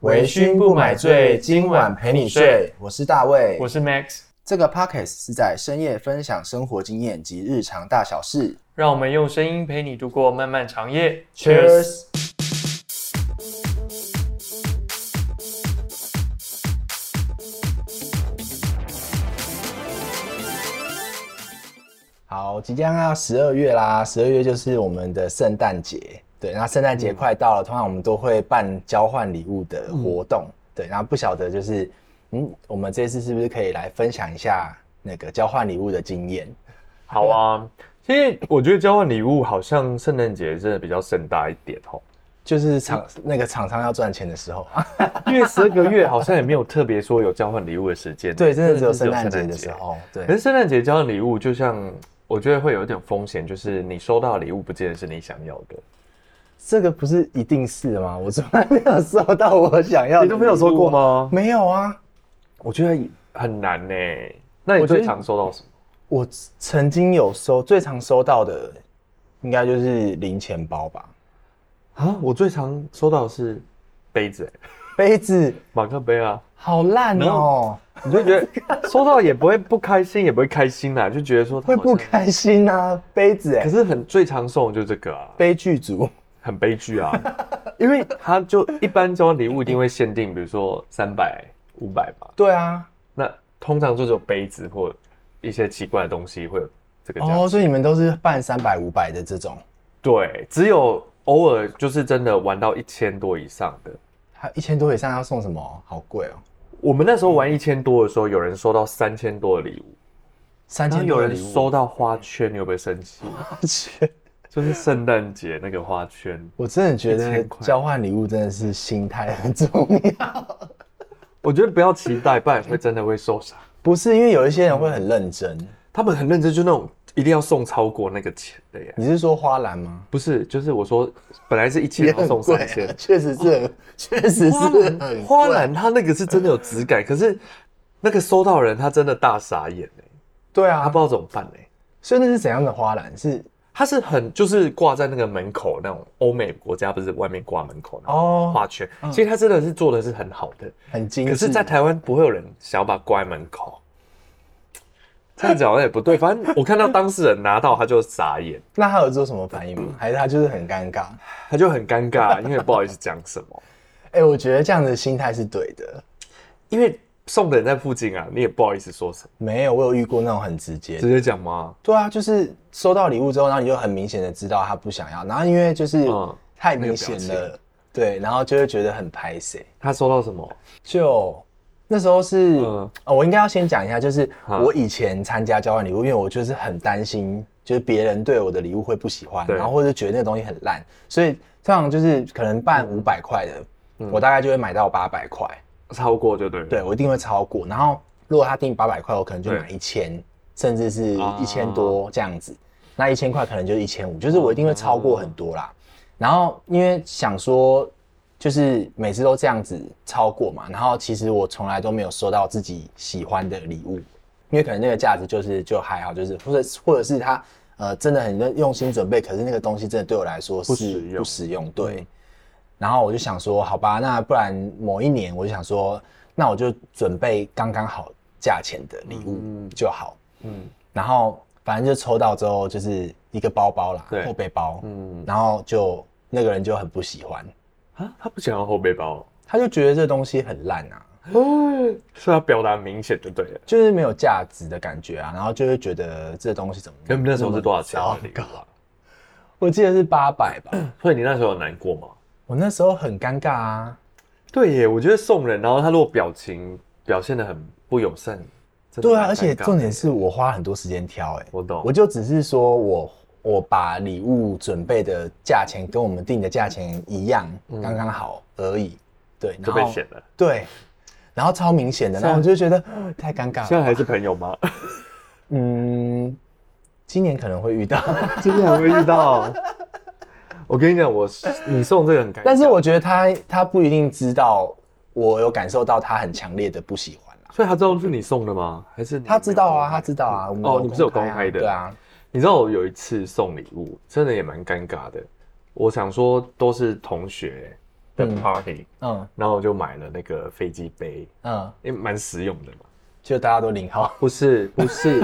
微醺不买醉，今晚陪你睡。我是大卫，我是 Max，这个 podcast 是在深夜分享生活经验及日常大小事。让我们用声音陪你度过漫漫长夜。 Cheers！好，即将要十二月啦，十二月就是我们的圣诞节。对，那圣诞节快到了，通常我们都会办交换礼物的活动。对，然后不晓得就是，嗯，我们这次是不是可以来分享一下那个交换礼物的经验？好啊， 其实我觉得交换礼物好像圣诞节真的比较盛大一点哦，就是厂那个厂商要赚钱的时候，因为十二个月好像也没有特别说有交换礼物的时间。对，真的只有是圣诞节的时。候，对可，是圣诞节交换礼物，就像我觉得会有一点风险，就是你收到的礼物不见得是你想要的。这个不是一定是吗？我从来没有收到我想要的。你都没有收过？吗？没有啊，我觉得很难呢、那你我觉得最常收到什么？我曾经有收，最常收到的应该就是零钱包吧，啊，我最常收到的是杯子、欸，杯子马克杯啊。好烂哦、你就觉得收到也不会不开心，也不会开心啦，就觉得说它会好不像。开心啊，杯子哎、可是很最常送的就是这个啊，悲剧组很悲剧啊，因为他就一般交换礼物一定会限定，比如说三百、五百嘛，对啊，那通常就只有杯子或一些奇怪的东西会有这个价。哦，所以你们都是办三百五百的这种，对，只有偶尔就是真的玩到一千多以上的。还一千多以上要送什么？好贵哦、我们那时候玩一千多的时候，有人收到三千多的礼物，三然后千有多的人礼物收到花圈，你有没有生气？就是圣诞节那个花圈，我真的觉得1000块交换礼物真的是心态很重要，我觉得不要期待，不然会真的会受伤。不是因为有一些人会很认真。 他们很认真，就那种一定要送超过那个钱的耶。你是说花篮吗？不是，就是我说本来是一千，然后送三千。啊确实是很，确实是花很篮，贵花篮，它那个是真的有质感，可是那个收到人他真的大傻眼哎、对他啊不，知道怎么办哎、所以那是怎样的花篮？是他是很就是挂在那个门口那种欧美国家不是外面挂门口那种哦，花圈，其实他真的是做的是很好的，很精致。可是，在台湾不会有人想要把它挂在门口。这样讲好像也不对，反正我看到当事人拿到他就傻眼，那他有做什么反应 吗？还是他就是很尴尬？他就很尴 尬，因为不好意思讲什么。哎、我觉得这样的心态是对的。因为送的人在附近啊，你也不好意思说什么，没有，我有遇过那种很直接的直。接讲吗？对啊，就是收到礼物之后，然后你就很明显的知道他不想要，然后因为就是嗯太明显那个了，对，然后就会觉得很排斥。他收到什么？就那时候是，嗯哦，我应该要先讲一下，就是好我以前参加交换礼物，因为我就是很担心，就是别人对我的礼物会不喜欢，对然后或者觉得那个东西很烂，所以通常就是可能办五百块的，嗯我大概就会买到八百块，超过就对了。对我一定会超过。然后如果他定八百块，我可能就对买一千，甚至是啊一千多这样子。那一千块可能就是一千五，就是我一定会超哦过很多啦。然后因为想说，就是每次都这样子超过嘛，然后其实我从来都没有收到自己喜欢的礼物，因为可能那个价值就是就还好，就是或者或者是他呃真的很用心准备，可是那个东西真的对我来说是不实用嗯不实用，对。然后我就想说，好吧，那不然某一年我就想说，那我就准备刚刚好价钱的礼物嗯就好。嗯然后反正就抽到之后就是一个包包啦，对后背包，嗯然后就那个人就很不喜欢，啊，他不想要后背包，他就觉得这东西很烂啊，哎所以他表达明显就对了。就是没有价值的感觉啊，然后就会觉得这东西怎么可你们那时候是多少钱那的么礼糟物啊？我记得是八百吧，所以你那时候有难过吗？ 我那时候很尴尬啊，对耶，我觉得送人，然后他如果表情表现的很不友善，真的对啊，蛮而且尴尬的重点是我花很多时间挑、欸，我懂，我就只是说我我把礼物准备的价钱跟我们定的价钱一样，嗯刚刚好而已。对，然就被后选了。对，然后超明显的，现在然后我就觉得 呃太尴尬现了。在还是朋友吗？ 嗯，今年可能会遇 到，今天还会遇 到。我跟你讲，我你送这个很尴尬，但是我觉得他他不一定知道我有感受到他很强烈的不喜欢啦。所以他知道是你送的吗？还是你他知道啊，没有公开他知道啊，我们哦，你不是有公啊开的？对。啊，你知道我有一次送礼物，真的也蛮尴尬的。我想说都是同学，的嗯 party，、嗯然后我就买了那个飞机杯，嗯，因为蛮实用的嘛。就大家都零号，不是不 是，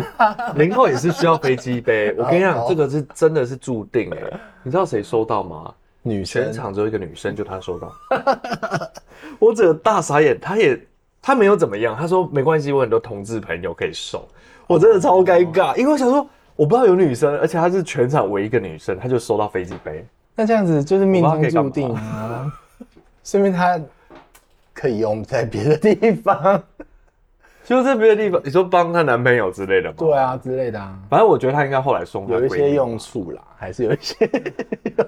零号也是需要飞机杯。我跟你哦讲哦，这个是真的是注定的。你知道谁收到吗？ 女全生场只有一个女生，就她收到。 我整个大傻眼，她也她没有怎么样，她说没关系，我很多同志朋友可以收。我真的超尴哦尬，因为我想说我不知道有女生，而且她是全场唯一一个女生，她就收到飞机杯。那这样子就是命我不中知道注可以定干啊， 说明他可以用在别的地方，就在别的地方，你说帮她男朋友之类的吗？ 对，啊之类的啊，反正我觉得她应该后来送她有一闺些蜜用处啦， 还是有一些。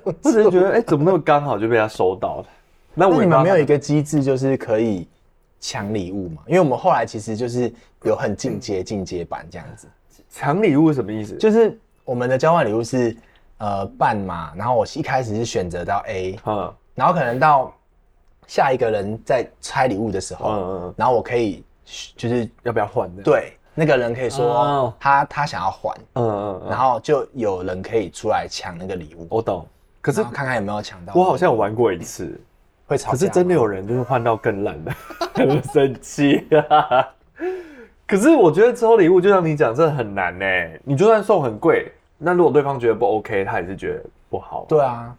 我只是 觉得，哎、怎么那么刚好就被她收到了？那我那也你不知们道没有她一个机制，就是可以抢礼物嘛？因为我们后来其实就是有很进阶、进阶版这样子，抢礼物是什么意思？就是我们的交换礼物是呃半嘛，然后我一开始是选择到 A，嗯然后可能到下一个人在拆礼物的时候，嗯嗯嗯，然后我可以就是要不要换？，对那个人可以说哦他、他想要还，嗯嗯嗯，然后就有人可以出来抢那个礼物，我懂。可是然后看看有没有抢到。哦我好像有玩过一次，会吵架可吗，是真的有人就是换到更烂的，很生气、啊。可是我觉得抽礼物就像你讲，真的很难呢、你就算送很贵，那如果对方觉得不 OK，他也是觉得不好。对，啊，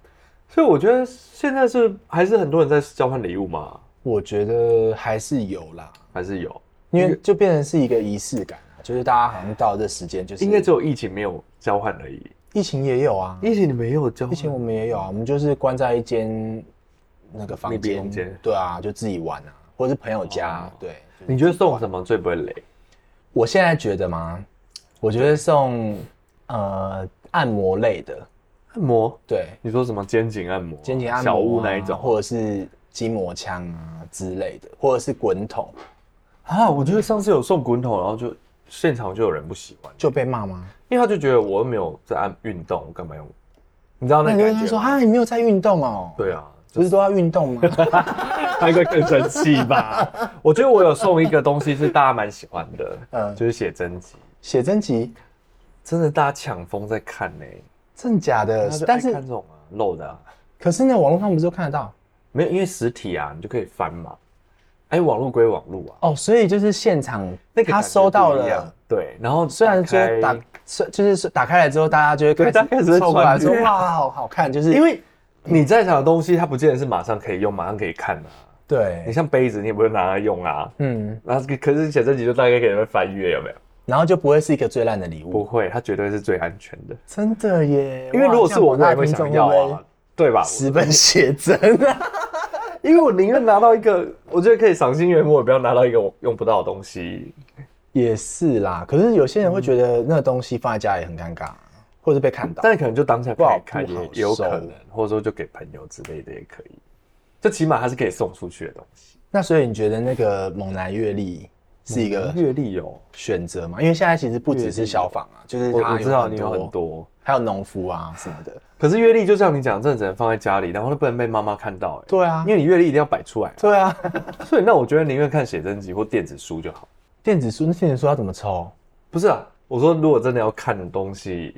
所以我觉得现在是还是很多人在交换礼物嘛，我觉得还是有啦。还是有。因为就变成是一个仪式感啊，就是大家好像到这时间就是，应该只有疫情没有交换而已。疫情也有啊，疫情你没有交换，疫情我们也有啊，我们就是关在一间那个房密闭间空间，对啊，就自己玩啊，或者是朋友家，哦对。你觉得送什么最不会累？我现在觉得吗？我觉得送呃按摩类的，按摩？对，你说什么肩颈按摩啊、肩颈按摩、啊、小屋那一种？或者是筋膜枪啊之类的，或者是滚筒，啊，我觉得上次有送滚筒，然后就现场就有人不喜欢，就被骂吗？因为他就觉得我又没有在按运动，我干嘛用？你知道那那你就跟感他觉说吗？啊，你没有在运动哦，对啊，不是都要运动吗？ 他应该更生气吧？ 我觉得我有送一个东西是大家蛮喜欢的，嗯就是写真集，写真集，真的大家抢疯在看呢、真的假的大家就？爱但是看这种啊漏的、啊，可是呢，网络上不是都看得到没有因为实体啊，你就可以翻嘛。哎，网络归网络啊，哦，所以就是现场那个他感觉收到不一样了，，对，然后虽然说打打开是就是打开来之后，大家就会对大家开开始始会凑过来传说阅哇，好好看，就是因为为你在场的东西，它不见得是马上可以用，马上可以看的、啊。你对，像杯子，你也不会拿来用啊。嗯，然后可是写真集就大概给人们翻阅，有没有？然后就不会是一个最烂的礼不物，会，它绝对是最安全的。真的耶！因为如果是我，我那也会想要啊，对吧？十分写真啊，因为我宁愿拿到一个，我觉得可以赏心悦目，也不要拿到一个我用不到的东西。也是啦。可是有些人会觉得那个东西放在家里很尴尬，嗯或者被看到。但可能就当下不好看一看不好也也有可收能，或者说就给朋友之类的也可以。就起码它是可以送出去的东西。那所以你觉得那个猛男阅历是一个阅历有，选择吗？因为现在其实不只是消防啊，就是我它我知道你有有很多，还有农夫啊什么的。可是阅历就像你讲，真的只能放在家里，然后都不能被妈妈看到、欸。对啊因，为你阅历一定要摆出来，对啊。所以那我觉得宁愿看写真集或电子书就好。电子书，那电子书要怎么抽？不是啊，我说如果真的要看的东西，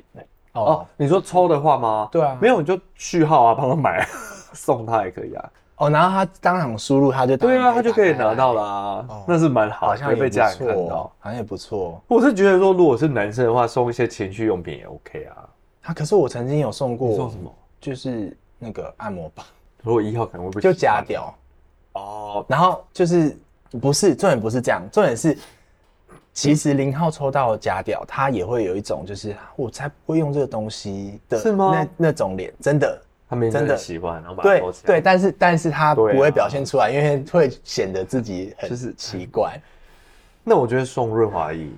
哦，哦，你说抽的话吗？对啊没有你就序号啊，帮他买， 送他也可以啊。哦，然后他当场输入，他就对啊，他就可以打开来拿到，啦、啊哦那是蛮好，好像不会也被不家人看错到。，好像也不错。我是觉得说，如果是男生的话，送一些情趣用品也 OK 啊。他可是我曾经有送你送过什，么？就是那个按摩棒，如果一号可能会不喜就欢假屌，哦，然后就是不是重点不是这样，重点是。其实零号抽到的假屌，他也会有一种就是啊我才不会用这个东西的，是吗那那种脸，真的，他们真真的的喜欢，然后把它对收起来。对，，但是但是他不对啊会表现出来，因为会显得自己很就是嗯奇怪。 那我觉得送润滑液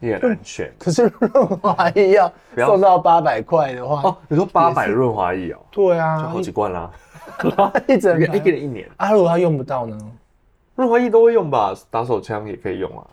也很安全。可是润滑液要不要送到八百块的话，哦，你说八百润滑液哦，对就啊好，几罐啦， 一一整一个一个个人一年，啊，如果他用不到呢？润滑液都会用吧，打手枪也可以用啊。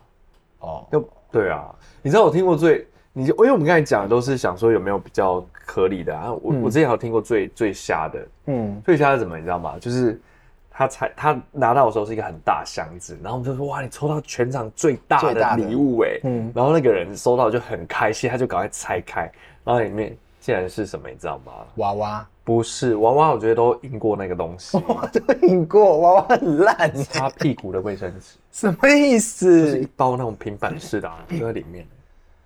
哦，要对啊，你知道我听过最，你就因为我们刚才讲的都是想说有没有比较合理的啊，我、嗯我之前还有听过最最瞎的，嗯，最瞎的怎么你知道吗？就是他才他拿到的时候是一个很大箱子，然后我们就说哇，你抽到全场最大最大的的礼物哎、嗯然后那个人收到就很开心，他就赶快拆开，然后里面竟然是什么，你知道吗？娃娃， 不是娃娃，我觉得都赢过那个东西，都赢过娃娃很烂，擦屁股的卫生纸，什么意嗯就是一思？包那种平板式的、啊，就在里面。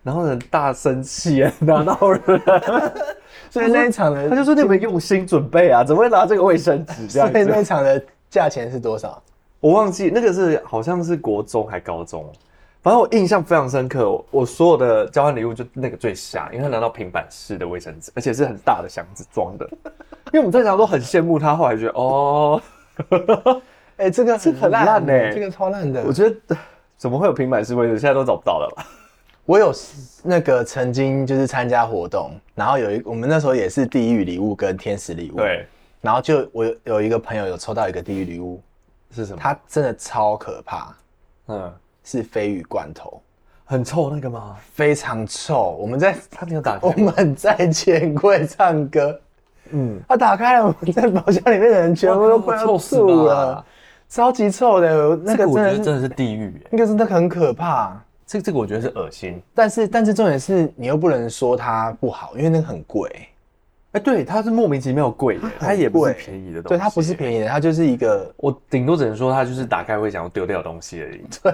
然后人大生气啊，拿到 人，所以那一场的，他就说你们用心准备啊，怎么会拿这个卫生纸这所样以那一子？场的价钱是多少？我忘记那个是好像是国中还高中，反正我印象非常深刻。我我所有的交换礼物就那个最瞎，因为他拿到平板式的卫生纸，而且是很大的箱子装的。因为我们在场都很羡慕他，后来觉得哦，哎，这个这很烂欸这个超烂的。我觉得怎么会有平板式卫生纸？现在都找不到了吧？我有那个曾经就是参加活动，然后有一我们那时候也是地狱礼物跟天使礼物，，对，然后就我有有一个朋友有抽到一个地狱礼物，是什么？它真的超可怕，嗯，是鲱鱼罐头，很臭那个吗？非常臭。我们 在他没有打开我们在钱柜唱歌，嗯，他打开了，我们在包厢里面的人全部都快要哇靠臭死吧吐了，超级臭的，我那这个个我觉得真的真是，的是地狱、欸，那个真的很可怕。这这个我觉得是恶心。但是但是重点是你又不能说它不好，因为那个很贵。哎、对，它是莫名其妙贵的，它也不是贵便宜的东西。对，它不是宜，便宜的，它就是一个，我顶多只能说它就是打开会想要丢掉的东西而已， 对，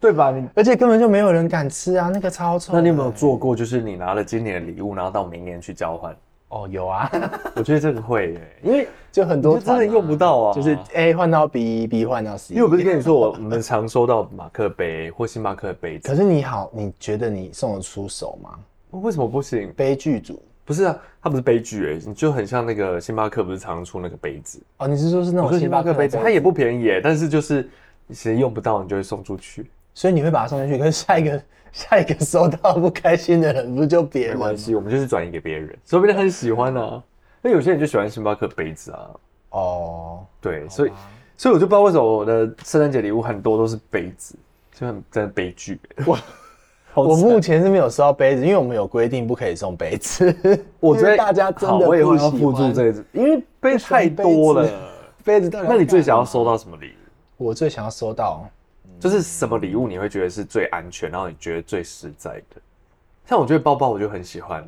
对吧？你而且根本就没有人敢吃啊，那个超臭的。 那你有没有做过，就是你拿了今年的礼物，然后到明年去交换？ 哦，有啊，我觉得这个会、欸，因为就很你多就真团啊的用不到啊。就是 A 换到 B，B 换到 C。因为我不是跟你说，我我们常收到马克杯或星巴克的杯可子，是你好，你觉得你送得出手吗？为什么不行？悲剧组不是啊，它不是悲剧哎、你就很像那个星巴克不是常出那个杯子，哦，你是说是那种我说星星巴巴克克杯杯子子，它也不便宜哎、但是就是其实用不到，你就会送出去。所以你会把它送进去，可是下一个 下一个收到不开心的人不就别没人关系，我们就是转移给别人，说不定他很喜欢啊。那有些人就喜欢星巴克杯子啊，哦？对，所以所以我就不知道为什么我的圣诞节礼物很多都是杯子，就很真的悲剧。哇，我我目前是没有收到杯子，因为我们有规定不可以送杯 子。我觉因为得大家真好的我以不后要喜附注欢这个，因为杯子太多不喜欢了。杯子到底要那你最干想要嘛收到什么礼物？我最想要收到就是什么礼物你会觉得是最安全，然后你觉得最实在的？像我觉得包包，我就很喜欢。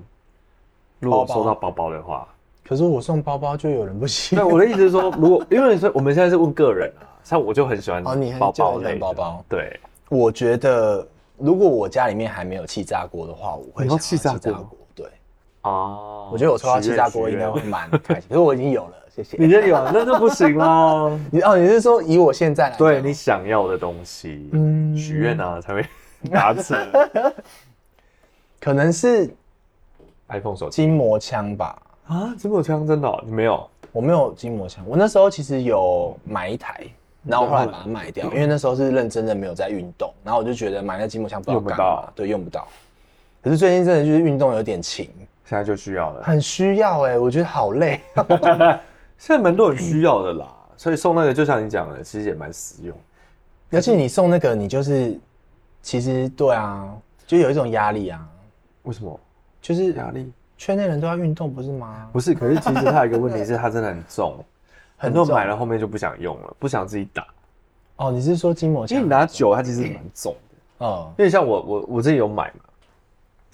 如果我包包收到包包的话，可是我送包包就有人不 喜对，欢。我的意思是说，如果因为说我们现在是问个人啊，像我就很喜欢哦你很包就包很喜欢类的包包对，我觉得如果我家里面还没有气炸锅的话，我会想你要要气气炸炸锅。锅对，哦，我觉得我抽到气炸锅许应愿该会蛮开心。可是我已经有了，谢谢许愿。你这有，啊那就不 行啦。你哦，你是说以我现在来讲对你想要的东西，嗯嗯，许愿啊才会 达成。可能是 iPhone 手机筋膜枪吧？啊，这么有枪真的哦？你没有？我没有筋膜枪，我那时候其实有买一台，然后后来把它卖嗯掉，因为那时候是认真的没有在运动，然后我就觉得买那筋膜枪不知道用不干嘛到，对，用不到。可是最近真的就是运动有点勤，现在就需要了，很需要哎、我觉得好累。现在蛮多人需要的啦。所以送那个，就像你讲的，其实也蛮实用。而且你送那个，你就是其实对啊，就有一种压力啊，为什么？就是压力？圈内人都要运动，不是吗？不是，可是其实它有一个问题是，它真的很重， 很多人重买了后面就不想用了，不想自己打。哦，你是说筋膜因为枪你？拿酒，它其实蛮重的。哦， 因为像我我我自己有买嘛，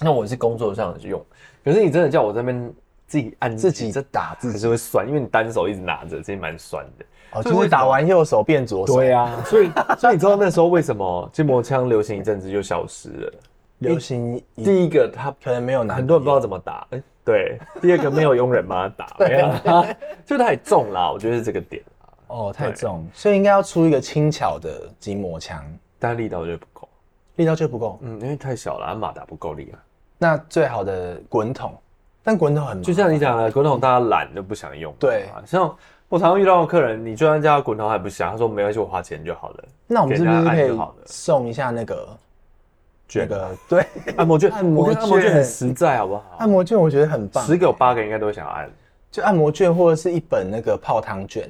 那我是工作上用，可是你真的叫我这边自己按自己这打自还己，是会酸，因为你单手一直拿着，其实蛮酸的。哦，所就以是为什么打完右手变左手，对啊，所以 所以你知道那时候为什么筋膜枪流行一阵子就消失了？流行一第一个它可能没有男很多人不知道怎么打，哎、对；第二个没有佣人帮他 打，没有啦，就太重啦，我觉得是这个点啊啦，哦，太重，所以应该要出一个轻巧的筋膜枪，但力道就不够，力道就不够。嗯，因为太小了，它马达不够力啊。那最好的滚筒，但滚筒很麻烦就像你讲的，滚筒大家懒就不想用，对啊像我常常遇到的客人，你就算叫他滚筒还不想，他说没关系，我花钱就 好了，那我们是不给是人家可按以就好了送一下那个那卷个对按摩券，按摩我觉得按摩券券很实在，好不好？按摩券？我觉得很棒，十个有八个应该都会想要按。就按摩券或者是一本那个泡汤券。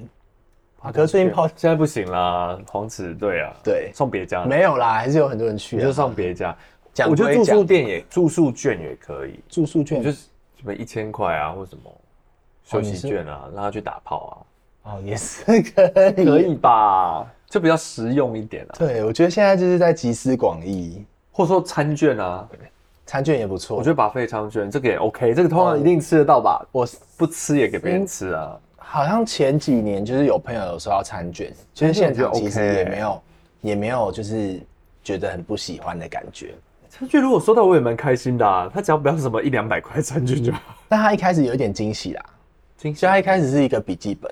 啊，可是最近泡现在不行啦，黄池对啊，对送别家，没有啦，还是有很多人去你啊。就送别家。讲我觉得归住宿讲店也住宿券也可以，住宿你券就是什么一千块啊，或什么休息券啊，让他去打炮哦，也是可啊，以。可以吧？就比较实用一点啊，对，我觉得现在就是在集思广益。或者说餐券啊，餐券也不错。我觉得把肺长卷这个也 OK，这个通常一定吃得到吧？我不吃也给别人吃啊。好像前几年就是有朋友有收到餐券，就是现场其实也没有、也没有就是觉得很不喜欢的感觉。餐券如果收到我也蛮开心的啊，他只要不要什么一两百块餐券就好。但他一开始有一点惊喜啦，惊就他一开始是一个笔记本，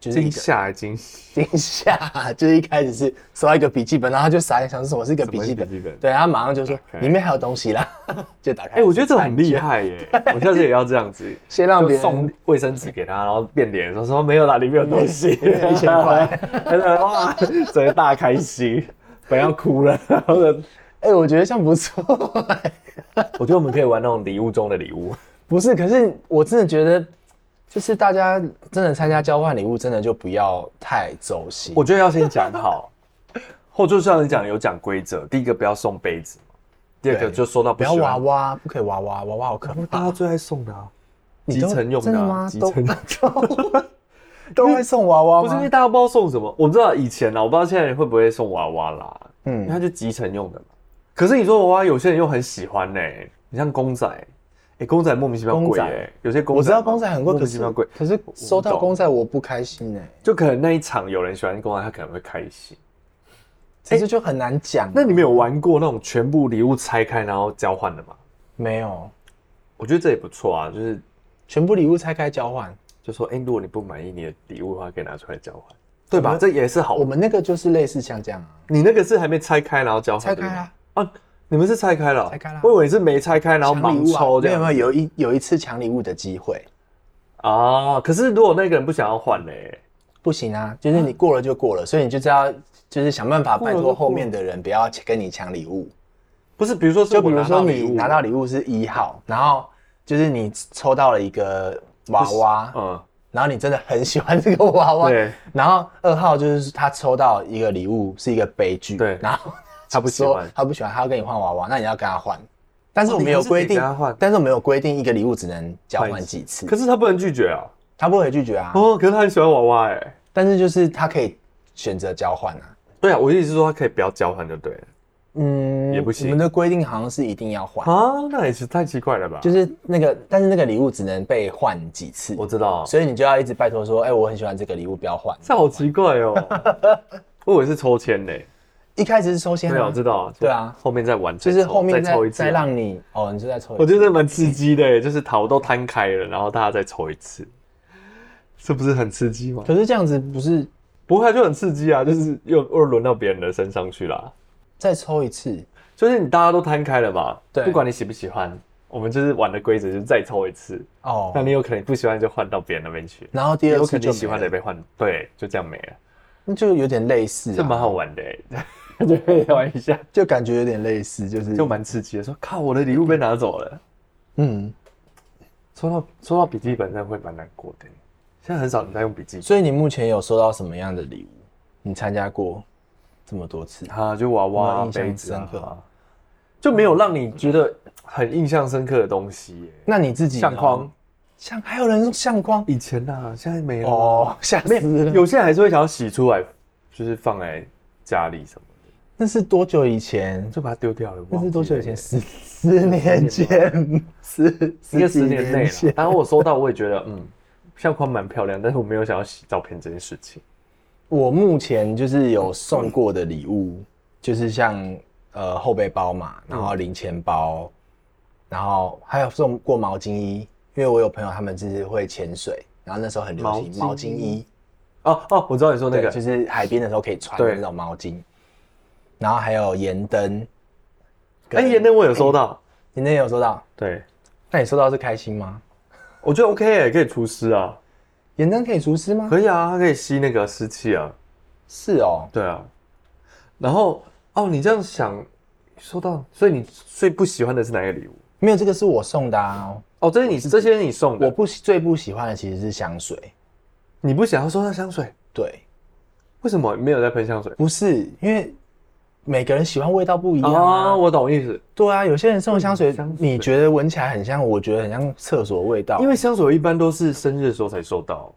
就是一惊个吓还惊 喜，啊惊吓，就是一开始是收到一个笔记本，然后他就傻眼，想说什么是一个笔记什么本是笔记本？对，他马上就说打开里面还有东西啦， 就打开。哎、我觉得这个很厉害 耶、我下次也要这样子，先让就别人送卫生纸给他，然后变脸说说没有啦，里面有东 西，有一千块，哇，整个大开心，本来要哭了。然后呢，哎、我觉得这样不错、 我觉得我们可以玩那种礼物中的礼物，不是，可是我真的觉得，就是大家真的参加交换礼物，真的就不要太走心。我觉得要先讲好，后就像你讲有讲规则，第一个不要送杯子，第二个对就收到不不要喜欢娃娃，不可以娃娃，娃娃好可大怕家。最爱送的、啊，你集都成用真的、的啊，吗？集 都成都 都会送娃娃吗？不是因为大家不知道送什么，我不知道以前啦，我不知道现在会不会送娃娃啦，因为嗯，它就集成用的嘛。可是你说娃娃，有些人又很喜欢呢、你像公仔，哎、公仔莫名其妙公贵仔哎、有些公仔我知道公仔很贵，莫可名其是妙贵，可是收到懂公仔我不开心哎、就可能那一场有人喜欢公仔，他可能会开心。其实就很难讲。啊那你们有玩过那种全部礼物拆开然后交换的吗？没有我觉得这也不错啊，就是全部礼物拆开交换？就说，哎、如果你不满意你的礼物的话，可以拿出来交换，对吧？这也是好我。们那个就是类似像这样啊，你那个是还没拆开然后交换，拆对开不对啊，啊，你们是拆开了哦，拆开了啊我以为是没拆开，然后抢礼物盲啊抽这没有样没有有一有一次抢礼物的机会，啊。可是如果那个人不想要换嘞，不行啊，就是你过了就过了，所以你就知道就是想办法拜过了就托过了后面的人不要跟你抢礼物。不是，比如说是就比我如拿到说礼你物，拿到礼物是一号，然后就是你抽到了一个娃娃，嗯，然后你真的很喜欢这个娃娃，对，然后二号就是他抽到一个礼物是一个悲剧，对然后他不喜欢说他不喜欢，他要跟你换娃娃，那你要跟他换。但是哦我们你还有是规得定跟他换，但是我们有规定一个礼物只能交换几次，可是他不能拒绝啊。他不会拒绝啊。哦，可是他很喜欢娃娃哎。但是就是他可以选择交换啊。对啊，我意思是说他可以不要交换就对了嗯，也不行我们的规定好像是一定要换，啊，那也是太奇怪了吧？就是是那个，但是那个礼物只能被换几次，我知道，啊所以你就要一直拜托说，哎、我很喜欢这个礼物，不要换。 这好奇怪哦。 我以为是抽签呢，一开始是抽签 对啊，我啊知，道，对啊后面再玩就再是抽，后面再抽再一次啊再让你哦，你就再抽一次。我觉得蛮刺激的，欸就是桃都摊开了，然后大家再抽一次，这不是很刺激吗？可是这样子不是不过它就很刺激啊，就是又又轮到别人的身上去啦。再抽一次，就是你大家都摊开了嘛，对不管你喜不喜欢，我们就是玩的规则就是再抽一次。哦那，你有可能不喜欢就换到别人那边去，然后第有二可次能你就喜欢的也没了，被换，对，就这样没了，那就有点类似、这蛮啊，好玩的 欸，就可以玩一下，就感觉有点类似，就是就蛮刺激的。说靠，我的礼物被拿走了，嗯，抽到抽到笔记本，那会蛮难过的。现在很少人在用笔记本。所以你目前有收到什么样的礼物？你参加过这么多次，啊，就娃娃有啊、没有印象杯子啊深刻，就没有让你觉得很印象深刻的东西耶。那你自己呢相框，相还有人用相框以前啊，现在没了。哦，吓死了！有些人还是会想要洗出来，就是放在家里什么的，那是多久以前？就把它丢掉了。那忘是记多久以了前？？十十年前，十应该几十年内了前。。当我收到，我也觉得嗯，相框蛮漂亮，但是我没有想要洗照片这件事情。我目前就是有送过的礼嗯物，就是像呃后背包嘛，然后零钱包，然后还有送过毛巾衣，因为我有朋友他们就是会潜水，然后那时候很流行毛毛巾巾衣衣，哦哦，我知道你说那对，个，就是海边的时候可以穿对的那种毛巾，然后还有盐灯，哎，盐灯我有收到。盐灯也有收到，对，那你收到是开心吗？我觉得 OK 耶，可以除湿啊，盐灯可以除湿吗？可以啊，它可以吸那个湿气啊。是哦，对啊，然后哦，你这样想，说到，所以你最不喜欢的是哪个礼物？没有这个是我送的啊，哦，这是你这些是你送的，我不喜最不喜欢的其实是香水，你不想要收到香水，对。为什么没有在喷香水？不是，因为每个人喜欢味道不一样啊。啊，我懂意思，对啊，有些人送的香水，嗯香水你觉得闻起来很像，我觉得很像厕所味道。因为为香水一般都是生日的时候才收到，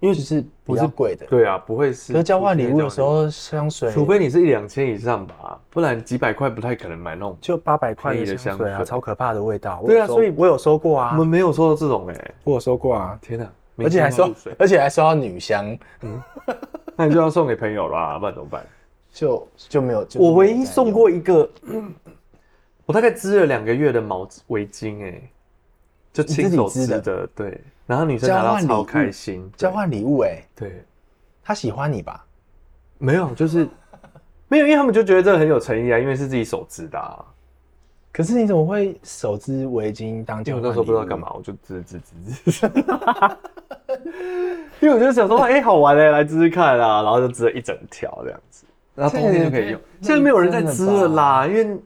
因为就是比较贵的。对啊，不会是。可是交换礼物的时，候，香水除非你是一两千以上吧，不然几百块不太可能买那种。就八百块便宜的的香水香啊，水超可怕的味道。对我啊有收所以我有收过啊我，们没有收到这种哎、我有收过啊，天哪！没而且还收到收入水，而且还收到女香，那你就要送给朋友啦，不然 怎么办？就就没有。就是我唯没一有在送用过一个， 我大概织了两个月的毛巾围巾、哎，就亲手织你自己织的，对。然后女生拿到超开心，交换礼物，哎，对对，他喜欢你吧？没有，就是没有，因为他们就觉得这个很有诚意啊，因为是自己手织的、啊。可是你怎么会手织围巾当因交为换我那时候不知道干嘛，我就织织织织， 因为我就想说，哎、好玩嘞、来织织看啦，然后就织了一整条这样子，然后冬天就可以用。这个也太现在没有人在织了啦，因为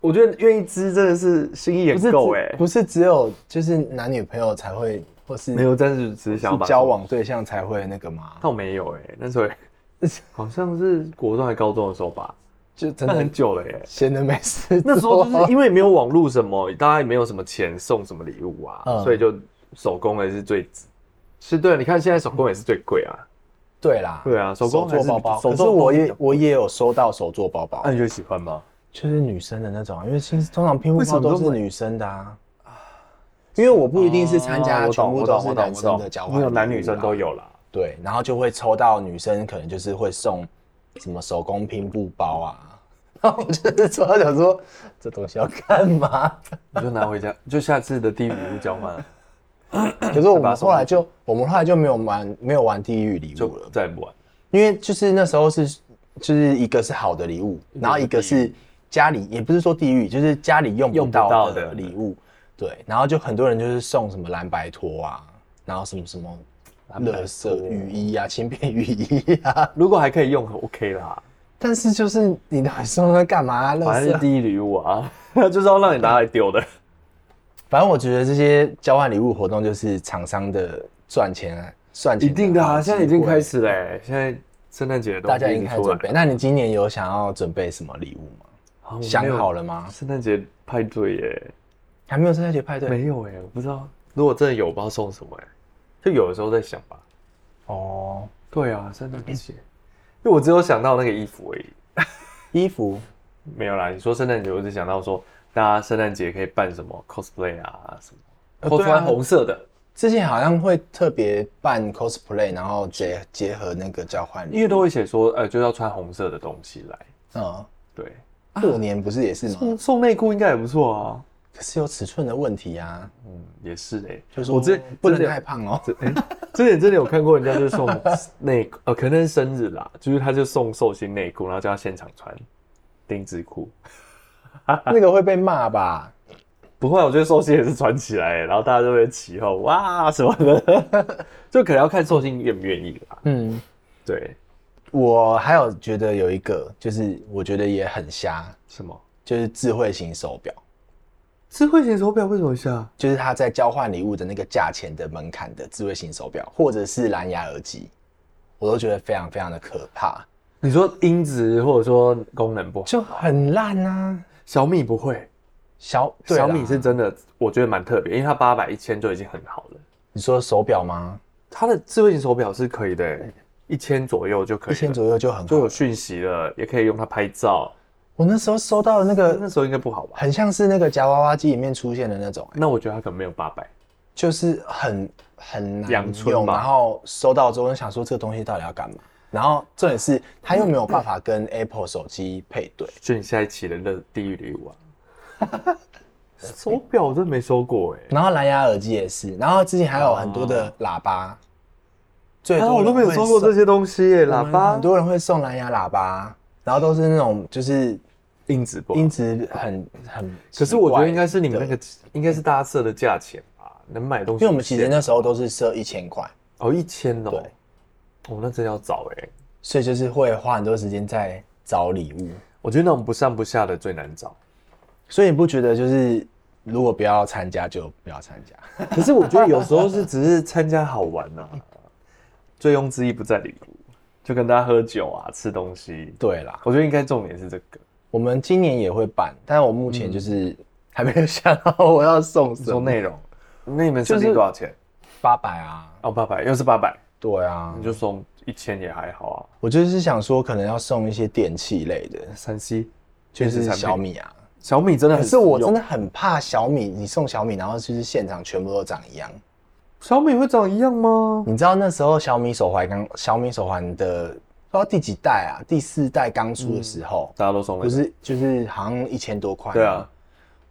我觉得愿意织真的是心意也不是够只哎、不是只有就是男女朋友才会，或是没有，但是只是想要是把交，往对象才会那个吗？倒没有哎、那 时候好像是国中还高中的时候吧，就真那很的久了哎、 闲的没事做， 那时候就是因为没有网络什么，大家也没有什么钱送什么礼物啊，嗯所以就手工的是最值。是对，啊你看现在手工也是最贵啊。对啦，对啊手工哎还做是包包。可手是做我包也我也有收到手做包包那，你就喜欢吗？就是女生的那种，啊因为其实通常拼布为什包么都都是买女生的啊。因为我不一定是参啊加我全懂部我都懂是我懂男我生懂的交换礼物没啊有啦，男女生都有啦。对，然后就会抽到女生可能就是会送什么手工拼布包啊，然后我就是抽到想说这东西要干嘛？ 你就拿回家，就下次的地狱礼物 交换啊，可是我再把它们送后来就我们后来就没有玩没有玩地狱礼就物了，再也不玩。因为就是那时候是就是一个是好的礼物，然后一个是家里也不是说地狱，就是家里用不用不到到的的礼物，对，然后就很多人就是送什么蓝白拖啊，然后什么什么。乐色雨衣啊，轻便雨衣啊，如果还可以用，OK 啦，但 是啊就是你到底送它干嘛、啊？乐反色正是地狱礼物啊， 就是要让你拿来丢的。反正我觉得这些交换礼物活动就是厂商的赚钱啊赚钱一定的好 啊，机会现在已经开，始嘞、现在圣诞节的东大西家已已经经开始出来啊准备。那你今年有想要准备什么礼物吗？了，想好了，了吗？圣诞节派对耶、还没有圣诞节派对没有哎、我不知道。如果真的有，我不知道送什么哎、就有的时候在想吧。哦，对啊，圣诞节，因为我只有想到那个衣服而已，衣服没有啦。你说圣诞节，我只想到说大家圣诞节可以办什么 cosplay 啊，什么呃对啊 cosplay 红色的，之前好像会特别办 cosplay，然后结结合那个交换因礼为物。都会写说呃就要穿红色的东西来。嗯，对，过年不是也是吗送？送内裤应该也不错啊。可是有尺寸的问题啊，嗯，也是哎、就是说我之不之能前太胖哦。这哎，之前真的有看过人家就是送内裤，呃，可能是生日啦，就是他就送寿星内裤，然后叫他现场穿丁字裤。那个会被骂吧？不会，我觉得寿星也是穿起来，然后大家就会起哄哇什么 的，就可能要看寿星愿不愿意啦。嗯，对，我还有觉得有一个，就是我觉得也很瞎，什么就是智慧型手表，智慧型手表为什么下？就是它在交换礼物的那个价钱的门槛的智慧型手表，或者是蓝牙耳机，我都觉得非常非常的可怕，你说音质或者说功能不好，就很烂啊。小米不会，小对啦小米是真的，我觉得蛮特别，因为它八百一千就已经很好了。你说手表吗？它的智慧型手表是可以的，一千左右就可一以千了，左右就很就好有。讯息了，也可以用它拍照。我那时候收到的那那个，时候应该不好吧？很像是那个夹娃娃机里面出现的那种、欸那我觉得它可能没有八百，就是很很难阳春用，吧然后收到之后就想说这个东西到底要干嘛？然后重点是它又没有办法跟嗯 Apple 手机配对，就你下一期的那地狱礼物 啊。手表我真没收过哎、然后蓝牙耳机也是，然后之前还有很多的喇叭，最多啊，人哦我都没有会收过这些东西耶、送喇叭很多人会送蓝牙喇叭，然后都是那种就是音质不好音质很很，可是我觉得应该是你们那对个，应该是大家设的价钱吧，能买的东因西。为我们其实那时候都是设一千块，哦一千哦，对哦那真的要找哎、所以就是会花很多时间在找礼物。我觉得那种不上不下的最难找。所以你不觉得就是如果不要参加就不要参加？ 可是我觉得有时候是只是参加好玩呐、 醉翁之意不在礼物，就跟大家喝酒啊、吃东西。对啦，我觉得应该重点是这个，我们今年也会办，但我目前就是还没有想好我要送什嗯说么。内容。那你们设就是定多少钱？八百啊，哦，八百，又是八百，对啊你，就送一千也还好啊，我就是想说，可能要送一些电器类的，三 C 就是电子产品小米啊。小米真的可很是我实用真的很怕小米，你送小米，然后就是现场全部都长一样。小米会长一样吗？你知道那时候小米手环刚，小米手环的不知道第几代啊，第四代刚出的时候，大家都送了，不是就是好像一千多块，嗯对啊，，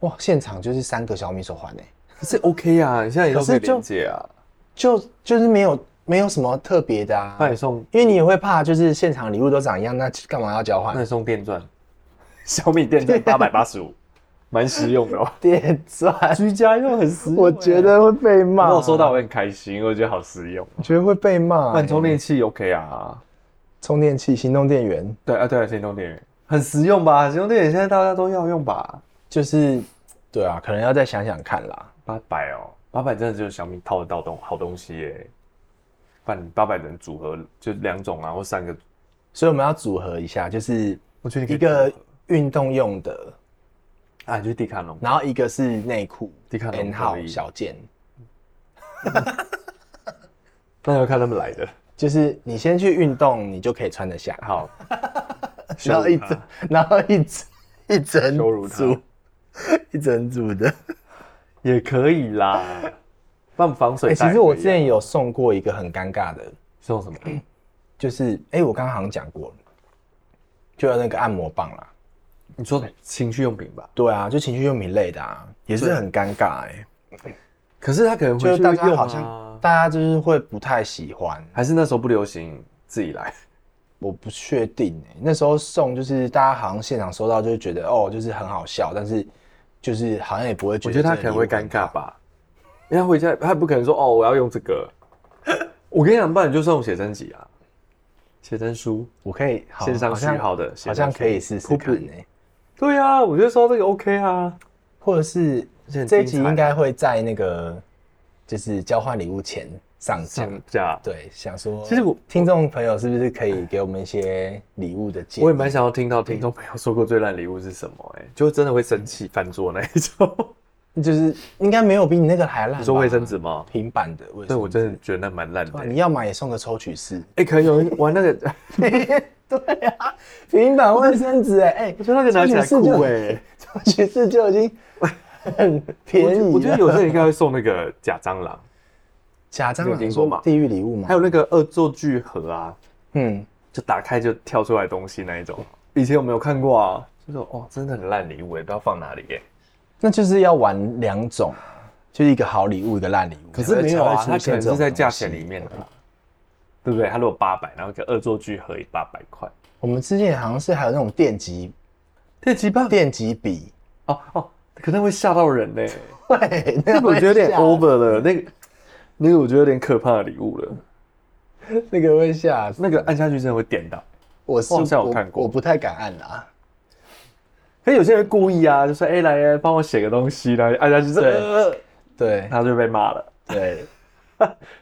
哇，现场就是三个小米手环诶、欸可是 OK 啊，你现在也都可以可是就连接啊，就就是没有没有什么特别的啊，那你送因为你也会怕，就是现场礼物都长一样，那干嘛要交那换你？送电钻， 小米电钻八百八十五， 蛮实用的 哦，电钻，居家用很实用欸。我觉得会被骂。那我收到，我很开心，我觉得好实用。我觉得会被骂、欸换充电器 OK 啊，充电器、行动电源，对啊对啊，行动电源很实用吧？行动电源现在大家都要用吧？就是对啊，可能要再想想看啦。八百哦，八百真的就是小米套得到东好东西耶。把你八百人组合就两种啊，或三个，所以我们要组合一下，就是我觉得你可以一个组合运动用的，啊，你去迪卡侬，然后一个是内裤迪卡侬，N 号可以小件，那要看他们来的。就是你先去运动，你就可以穿得下。好，羞然后一辱他整，然后一整一整羞辱他组， 一整组的。也可以啦，放防水哎、袋可以啊、其实我之前有送过一个很尴尬的，送什么？就是哎、我刚刚好像讲过了，就有那个按摩棒啦。你说情趣用品吧？对啊，就情趣用品类的啊，也是很尴尬哎、可是他可能就回是去大会家用好啊，像大家就是会不太喜欢，还是那时候不流行自己来，我不确定哎、那时候送就是大家好像现场收到就会觉得哦，就是很好笑，但是就是好像也不会觉我得觉得他这可个能会礼物很尴好尬。吧，因为他回家他不可能说哦我要用这个，我跟你讲，不然你就送写真集啊，写真书，我可以好线上好虚像号的写好真像书可以试试瀑看布哎、对啊，我觉得收到这个 OK 啊，或者是而且很这一精集彩应该会在那个就是交换礼物前上架。上架。对，想说，其实我听众朋友是不是可以给我们一些礼物的建议？我也蛮想要听到听众朋友说过最烂礼物是什么、哎， 就真的会生气翻桌那一种。就是应该没有比你那个还烂吧。你说卫生纸吗？平板的卫生纸，对，我真的觉得那蛮烂的、哇哎你要买也送个抽取式，哎、可能有人玩那个， 对啊，平板卫生纸哎哎 我，觉得那个拿起来酷哎、抽取式就已经很便宜了。我觉得有些人应该会送那个假蟑螂，假蟑你有螂听过吗地狱礼物吗？还有那个恶作剧盒啊，嗯，就打开就跳出来东西那一种。以前我没有看过啊，就说哦，真的很烂礼物耶，不知道放哪里欸耶。那就是要玩两种，就是一个好礼物，一个烂礼物。可是没有啊，才它会可出现能这种是在东西价钱里面的啊，对不对？它如果八百，然后给恶作剧盒也八百块，我们之前好像是还有那种电极这几棒电极笔， 哦哦，可能会吓到人呢。对，那那个我觉得有点会吓 over 了，那个那个我觉得有点可怕的礼物了， 那个会吓死。那个按下去真的会电到。我是我好像有我看过我不太敢按啊啦。可是有些人故意啊，就说哎、来帮我写个东西，然后按下去这、呃，对他就被骂了。对，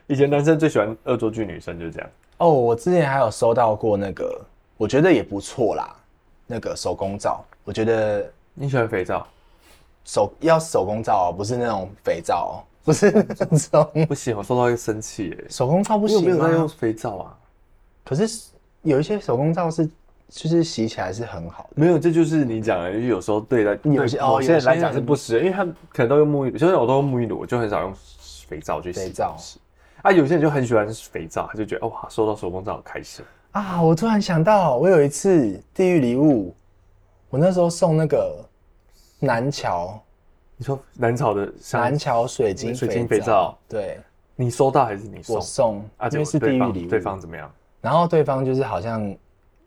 以前男生最喜欢恶作剧女生，就是这样。哦，我之前还有收到过那个，我觉得也不错啦，那个手工皂，我觉得你喜欢肥皂？手要手工皂、哦，不是那种肥皂、哦，不是那种 不行，我收到一个生气耶。手工嗯皂不你有没行有在用吗？肥皂啊？可是有一些手工皂是就是洗起来是很好的，没有，这就是你讲的，就是有时候对来有些对哦某些有人些来讲是人不实的，因为他们可能都用沐浴乳，就是我都用沐浴乳，我就很少用肥皂去洗肥皂洗啊，有些人就很喜欢肥皂，他就觉得哇，收到手工皂好开心。啊！我突然想到，我有一次地狱礼物，我那时候送那个南桥你说南朝的香南桥水晶水晶肥肥皂对你收到还是你送我？送，啊，因结为果是地对狱方礼物，对方怎么样？然后对方就是好像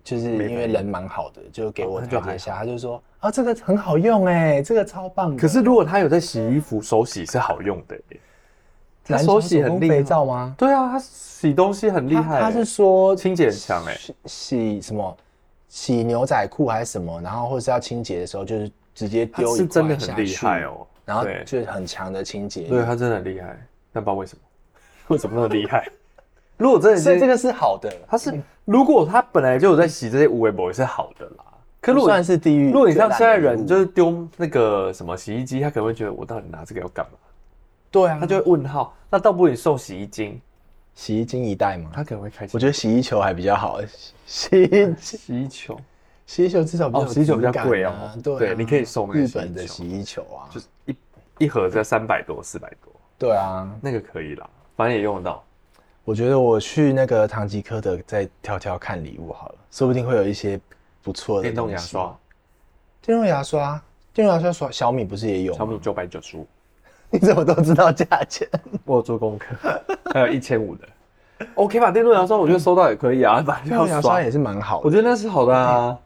就是没反因为应人蛮好的，就给我哦那就台阶还下，他就说啊这个很好用哎、这个超棒的。可是如果他有在洗衣服，手洗是好用的耶。他蓝桥手洗手很工厉害肥。皂吗？对啊，他洗东西很厉他害耶。他是说清洁很强哎洗洗什么洗牛仔裤还是什么，然后或是要清洁的时候就是直接他丢一是真的块下很厉去害，哦。然后对，就是很强的清洁力。对他真的很厉害，但不知道为什么， 为什么那么厉害？如果真的所以是这这个，个嗯是好的，他是如果他本来就有在洗这些无微博是好的啦。可不如果算是地狱。如果你像现在人就是是丢那个什么洗衣机，他可能会觉得我到底拿这个要干嘛？对啊，他就会问号。那倒不如你送洗衣精，洗衣精一袋吗？他可能会开心。我觉得洗衣球还比较好， 洗衣得洗衣球洗衣球至少比较有哦洗衣球比较质感贵啊哦对啊，对你可以送那个日洗衣本的球洗衣球啊，就是一一盒在三百多、四百多，对啊，那个可以啦，反正也用得到。我觉得我去那个唐吉诃德再挑挑看礼物好了，说不定会有一些不错的电动牙东西刷，，电动牙刷，电动牙刷刷小米不是也有吗？小米九百九十五， 你怎么都知道价钱？我有做功课， 还有一千五的，OK 吧？电动牙刷我觉得收到也可以啊，反 电正动要牙刷刷也，是蛮好的，我觉得那是好的啊，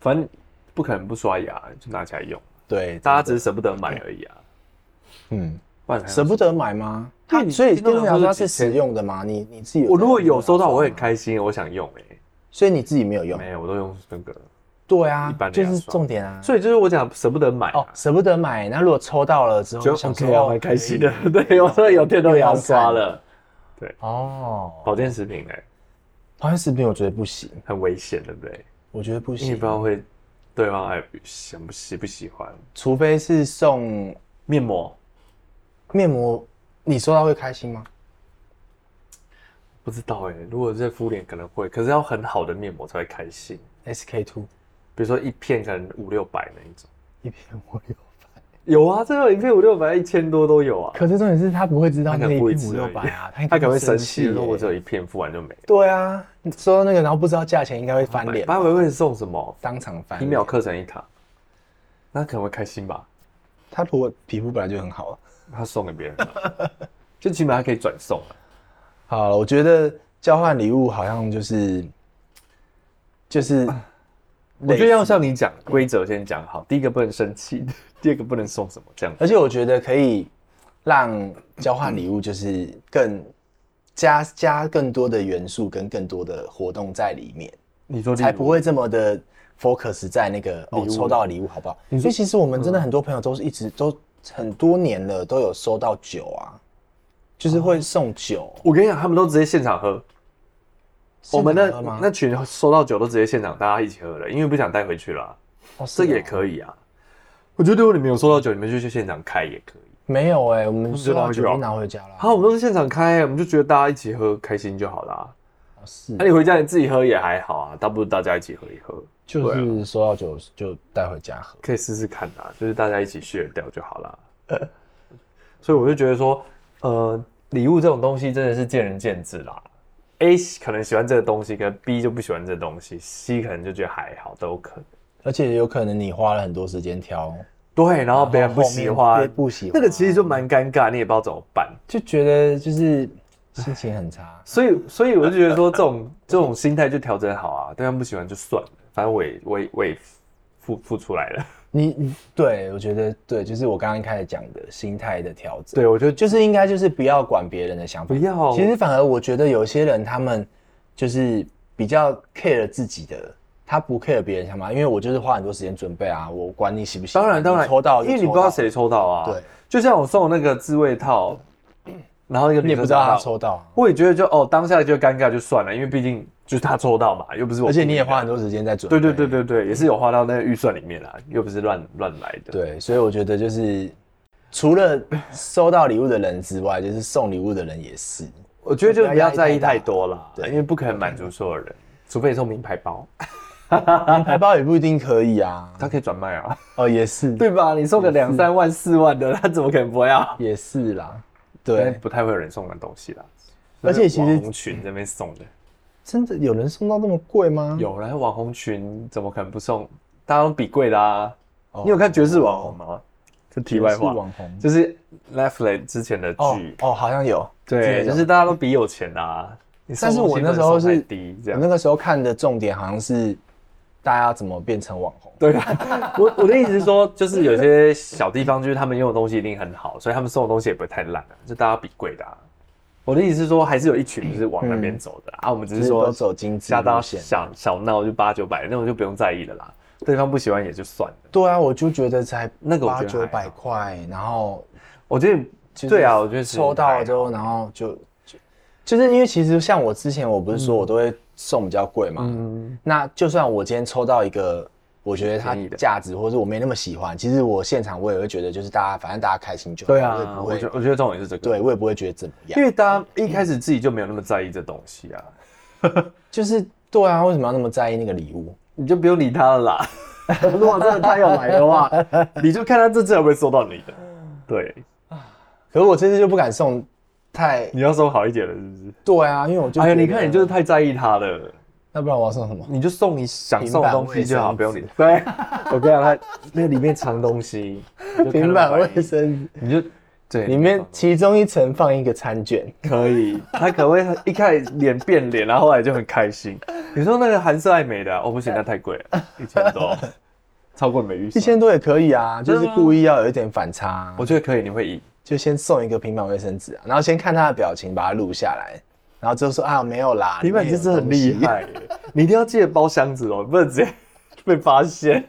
反正不可能不刷牙就拿起来用，对大家只是舍不得买而已啊，嗯不然还要舍不得买吗？对它你所以电电动动牙牙刷刷是是实用的吗？你你自己我如果有收到，我会会很开心，我想用诶、所以你自己没有用没，有，我都用那个，对啊一般，的就牙刷是重点啊。所以就是我讲舍不得买、啊哦，舍不得买，那如果抽到了之后，就想 OK 说啊，蛮开心的。 对，我说有电动牙刷了，哦。保健食品哎、保健食品我觉得不行，很危险，对不对？我觉得不因为你行不知，道会对方爱不喜不喜不喜欢除非是送面膜，面膜，你收到会开心吗？不知道哎、如果是敷脸可能会，可是要很好的面膜才会开心。 SK two 比如说一片可能五六百那一种，一片我有，有啊，这个一片五六百、一千多都有啊。可是重点是他不会知道他可那一能不会片吃五六而已百啊，他应他可能会生生气，耶说我只有一片，敷完就没了。对啊，你收到那个然后不知道价钱，应该会翻脸，八维会送什么？当场翻皮脸。秒课程哦一堂，那可能会开心吧？他如果皮肤本来就很好了。他送给别人了，就起码他可以转送啊。好了，我觉得交换礼物好像就是就是我觉得要像你讲规则先讲好，第一个不能生气，第二个不能送什么这样子。而且我觉得可以让交换礼物就是更加加更多的元素跟更多的活动在里面，你说才不会这么的 focus 在那个哦抽到礼物好不好？因为其实我们真的很多朋友都是一嗯直都很多年了都有收到酒啊，就是会送酒。我跟你讲，他们都直接现场喝。哦我们是这样吗那那群收到酒都直接现场大家一起喝了，因为不想带回去啦。哦这也可以啊。我觉得如果你们有收到酒，你们就去现场开也可以。没有哎、我们收到拿回去酒就啊拿回家了。好，我们都是现场开，我们就觉得大家一起喝开心就好啦。哦是那、你回家你自己喝也还好啊，倒不如大家一起喝一喝，啊就是收到酒就带回家喝。可以试试看啊，就是大家一起 share 掉就好啦。所以我就觉得说，呃，礼物这种东西真的是见仁见智啦。A 可能喜欢这个东西，可能 B 就不喜欢这个东西，C 可能就觉得还好，都有可能。而且有可能你花了很多时间挑，对，然后别人后不面喜欢，不喜欢那个其实就蛮尴尬，你也不知道怎么办。。就觉得就是心情很差所以，所以我就觉得说，这种这种心态就调整好啊。对他们不喜欢就算了，反正我也我也我也付付出来了。你你对我觉得对，就是我刚刚一开始讲的心态的调整。对，我觉得就是应该就是不要管别人的想法不。要。其实反而我觉得有些人他们就是比较 care 自己的，他不 care 别人想法，因为我就是花很多时间准备啊，我管你喜不喜欢。当然当然你抽到就因为你抽不知道到，谁抽到啊。对，就像我送的那个自慰套，然后那个你也女不生知道他抽到啊，我也觉得就哦，当下就尴尬就算了，因为毕竟就是他抽到嘛，又不是我。而且你也花很。多时间在准备。啊对对对对对，也是有花到那个预算里面啦，又不是乱乱来的。对，所以我觉得就是除了收到礼物的人之外，就是送礼物的人也是。我觉得就不不要压要力在意太大太多啦，对嗯因为不可能满足所有人，除非你送名牌包，海报也不一定可以啊。它可以转卖啊， 哦，也是，对吧？你送个两三万、四万的，他怎么可能不要？也是啦。对，对，不太会有人送的东西啦。而且其实网红群这边送的，真的有人送到那么贵吗？有啦，网红群怎么可能不送？当然比贵啦。哦你有看《爵士网红》吗？这题外也是话，网红就是 Netflix 之前的哦剧，哦，好像有。对，就是大家都比有钱啦。你送但是我东西不能那时候送太是低这我样那。个时候看的重点好像是大家怎么变成网红。对啊，我我的意思是说，就是有些小地方，就是他们用的东西一定很好，所以他们送的东西也不会太烂啊，就大家比贵的、啊。我的意思是说，还是有一群就是往那边走的啊，啊我们只就是是嗯说都走精致下到路线。小小闹就八九百，那种就不用在意了啦。对方不喜欢也就算了。对啊，我就觉得才那个我八觉得九还百好块，然后我觉其实得对啊，我觉得是抽到了还之后，然后就就就是因为其实像我之前我不是说我都会送比较贵嘛，嗯，那就算我今天抽到一个我觉得它便宜的价值，或是我没那么喜欢，其实我现场我也会觉得，就是大家反正大家开心就好，对我也啊，不我觉会，我觉得重点是这个，对，我也不会觉得怎么样因，为大家一开始自己就没有那么在意这东西啊，就是对啊，为什么要那么在意那个礼物？你就不用理他了 啦。如果真的他要来的话，你就看他这次会不会收到你的。对，可是我这次就不敢送太，你要收好一点了，是不是？对啊，因为我就哎呀，觉得你看你就是，太在意他了，那不然我要送什么？你就送你想送的东西就好，平板卫生纸不用理。对，我跟你讲，他那个里面藏东西， 你就看平板他的反应卫生纸你就对里面其中一层放一个餐卷，可以，他可能会一开始脸变脸，然后后来就很开心。你说那个韩式爱美的啊、哦不行，那太贵了，一千多， 超过你们预一算。千多也可以啊，就真的是吗故意要有一点反差啊、我觉得可以，你会赢。就先送一个平板卫生纸啊，然后先看他的表情，把它录下来，然后就说啊没有啦，平板里面真是有很东西厉，害 耶，你一定要记得包箱子哦，不能直接被发现，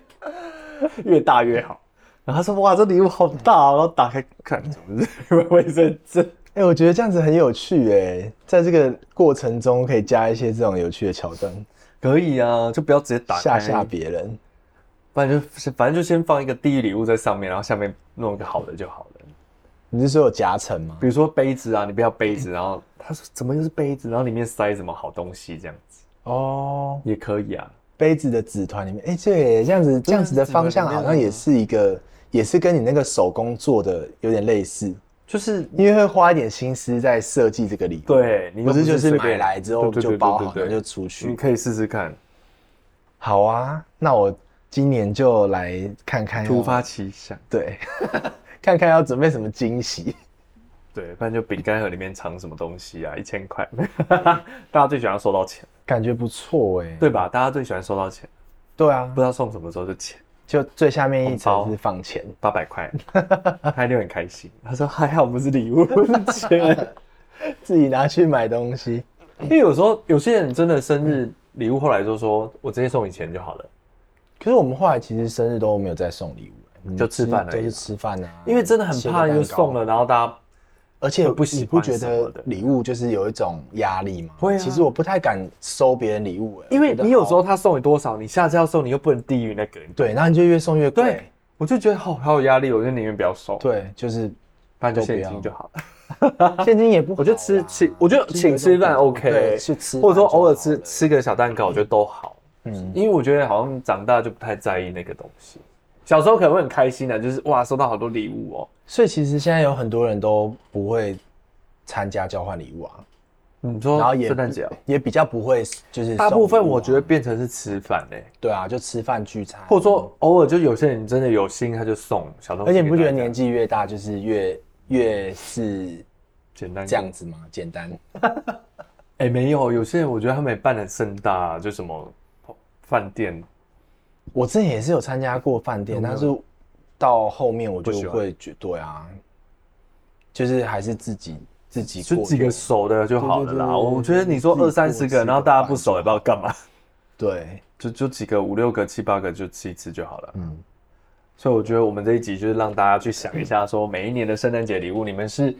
越大越好。然后他说哇，这礼物好大、哦，然后打开看，怎么是卫生纸？哎、我觉得这样子很有趣哎、在这个过程中可以加一些这种有趣的桥段，可以啊，就不要直接打开，吓吓别人。不然就是反正就先放一个第一礼物在上面，然后下面弄一个好的就好了。你是说有夹层吗？比如说杯子啊，你不要杯嗯子，然后他说怎么又是杯子，然后里面塞什么好东西这样子哦，也可以啊。杯子的纸团里面，哎、对，这样子这样子的方向好像也是一个，也是跟你那个手工做的有点类似，就是因为会花一点心思在设计这个礼物，，对你又不是就是随买便来之后对对就对包对好对然后对就出去你。可以试试看，好啊，那我今年就来看看要突发奇想。对， 看看要准备什么惊喜。对，不然就饼干盒里面藏什么东西啊，一千块， 大家最喜欢收到钱，感觉不错哎、对吧？大家最喜欢收到钱，对啊不，知道送什么时候就钱，就最下面一红层包是放钱，八 百块，他一定很开心。他说还好不是礼物，是钱。 自己拿去买东西。因为有时候有些人真的生日礼物后来就说我直接送你钱就好了，可是我们后来其实生日都没有再送礼物、嗯就吃饭而已都是吃饭啊，因为真的很怕又送了，了，然后大家而且会不喜你欢不觉什么得的礼物就是有一种压力吗？会啊其实我不太敢收别人礼物、欸，因为我觉得你有时候好他送你多少，你下次要送你又不能低于那个，对，然后你就越送越贵。对，我就觉得好哦好有压力，我就宁愿不要送，对，就是反正就都不现要金就好了。现金也不好啦，我觉得吃吃，我觉得请吃饭 OK，对去吃饭或者说偶尔就吃好了吃个小蛋糕，我觉得都好。嗯嗯，因为我觉得好像长大就不太在意那个东西。小时候可能会很开心的，啊就是哇，收到好多礼物哦。所以其实现在有很多人都不会参加交换礼物啊，你说然后也圣诞节哦，也比较不会就是大部送分礼物啊我觉得变成是吃饭嘞，对啊，就吃饭聚餐，或者说偶尔就有些人真的有心，他就送小东嗯西而给大家。且你不觉得年纪越大就是越越是简单这样？子吗？简单，哎，没有，有些人我觉得他们也办的盛大啊，就什么饭店我之前也是有参加过饭店，有没但有是到后面我不就喜欢会觉对啊，就是还是自己自己就过几个熟的就好对了对对啦。对对我觉得你说自己二过三十个，吃然后个大家饭不熟也不知道干嘛。对，就就几个五六个七八个就吃一次就好了。嗯，所以我觉得我们这一集就是让大家去想一下，说每一年的圣诞节礼物，你们是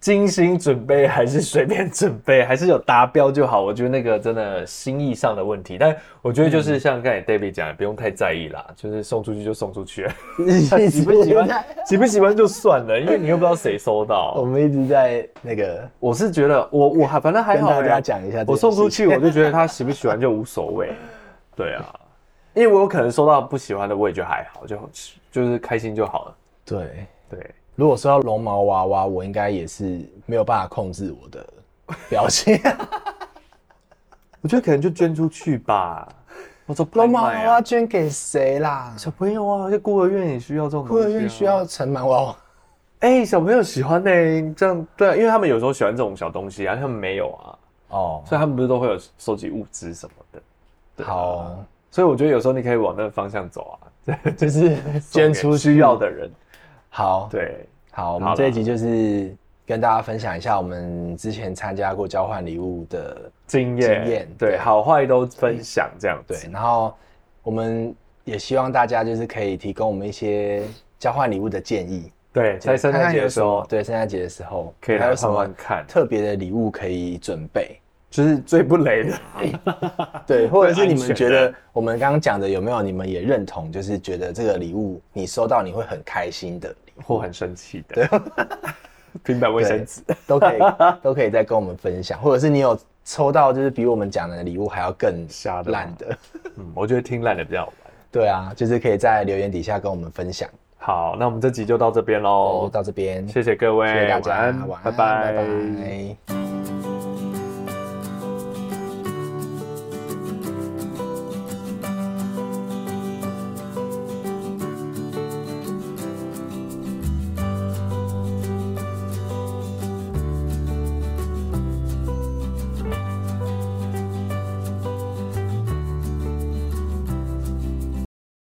精心准备还是随便准备，还是有达标就好？我觉得那个真的心意上的问题，但我觉得嗯就是像刚才 David 讲，也不用太在意啦，就是送出去就送出去， 一喜不喜直欢在 喜不喜欢就算了，因为你又不知道谁收 我到。们一直在那个我是觉得我我还反正还跟好、欸，大家讲一下这件事情，我送出去，我就觉得他喜不喜欢就无所 谓。对啊，因为我有可能收到不喜欢的，我也觉得还好，就就是开心就好了。对。对，如果说到绒毛娃娃，我应该也是没有办法控制我的表 情。我觉得可能就捐出去吧。我说绒龙毛娃娃捐给谁啦？小朋友啊，就孤儿院也需要这种、啊孤儿院需。要盛满娃娃，哎、小朋友喜欢呢、这样对、啊，因为他们有时候喜欢这种小东西啊，他们没有啊，哦，所以他们不是都会有收集物资什么的。对啊好哦，所以我觉得有时候你可以往那个方向走啊，就是捐出去哦需要。的人。好，对，好，我好们啦这一集就是跟大家分享一下我们之前参加过交换礼物的经验，经验对，对好坏都分享这样子。对，然后我们也希望大家就是可以提供我们一些交换礼物的建议，对，在圣诞节看看有的时什候么，对圣诞节的时候可以还有来什换么换看。特别的礼物可以准备。就是最不雷的。 对，或者是你安全的们觉得我们刚刚讲的有没有你们也认同？就是觉得这个礼物你收到你会很开心的礼或很生气的， 平板卫生纸。物，都可以都可以再跟我们分享，或者是你有抽到就是比我们讲的礼物还要更瞎的吗烂的，嗯，我觉得听烂的比较好玩。对啊，就是可以在留言底下跟我们分享。好，那我们这集就到这边哦，喽，到这边，谢谢各位，谢谢大家，晚安，晚安，拜拜拜拜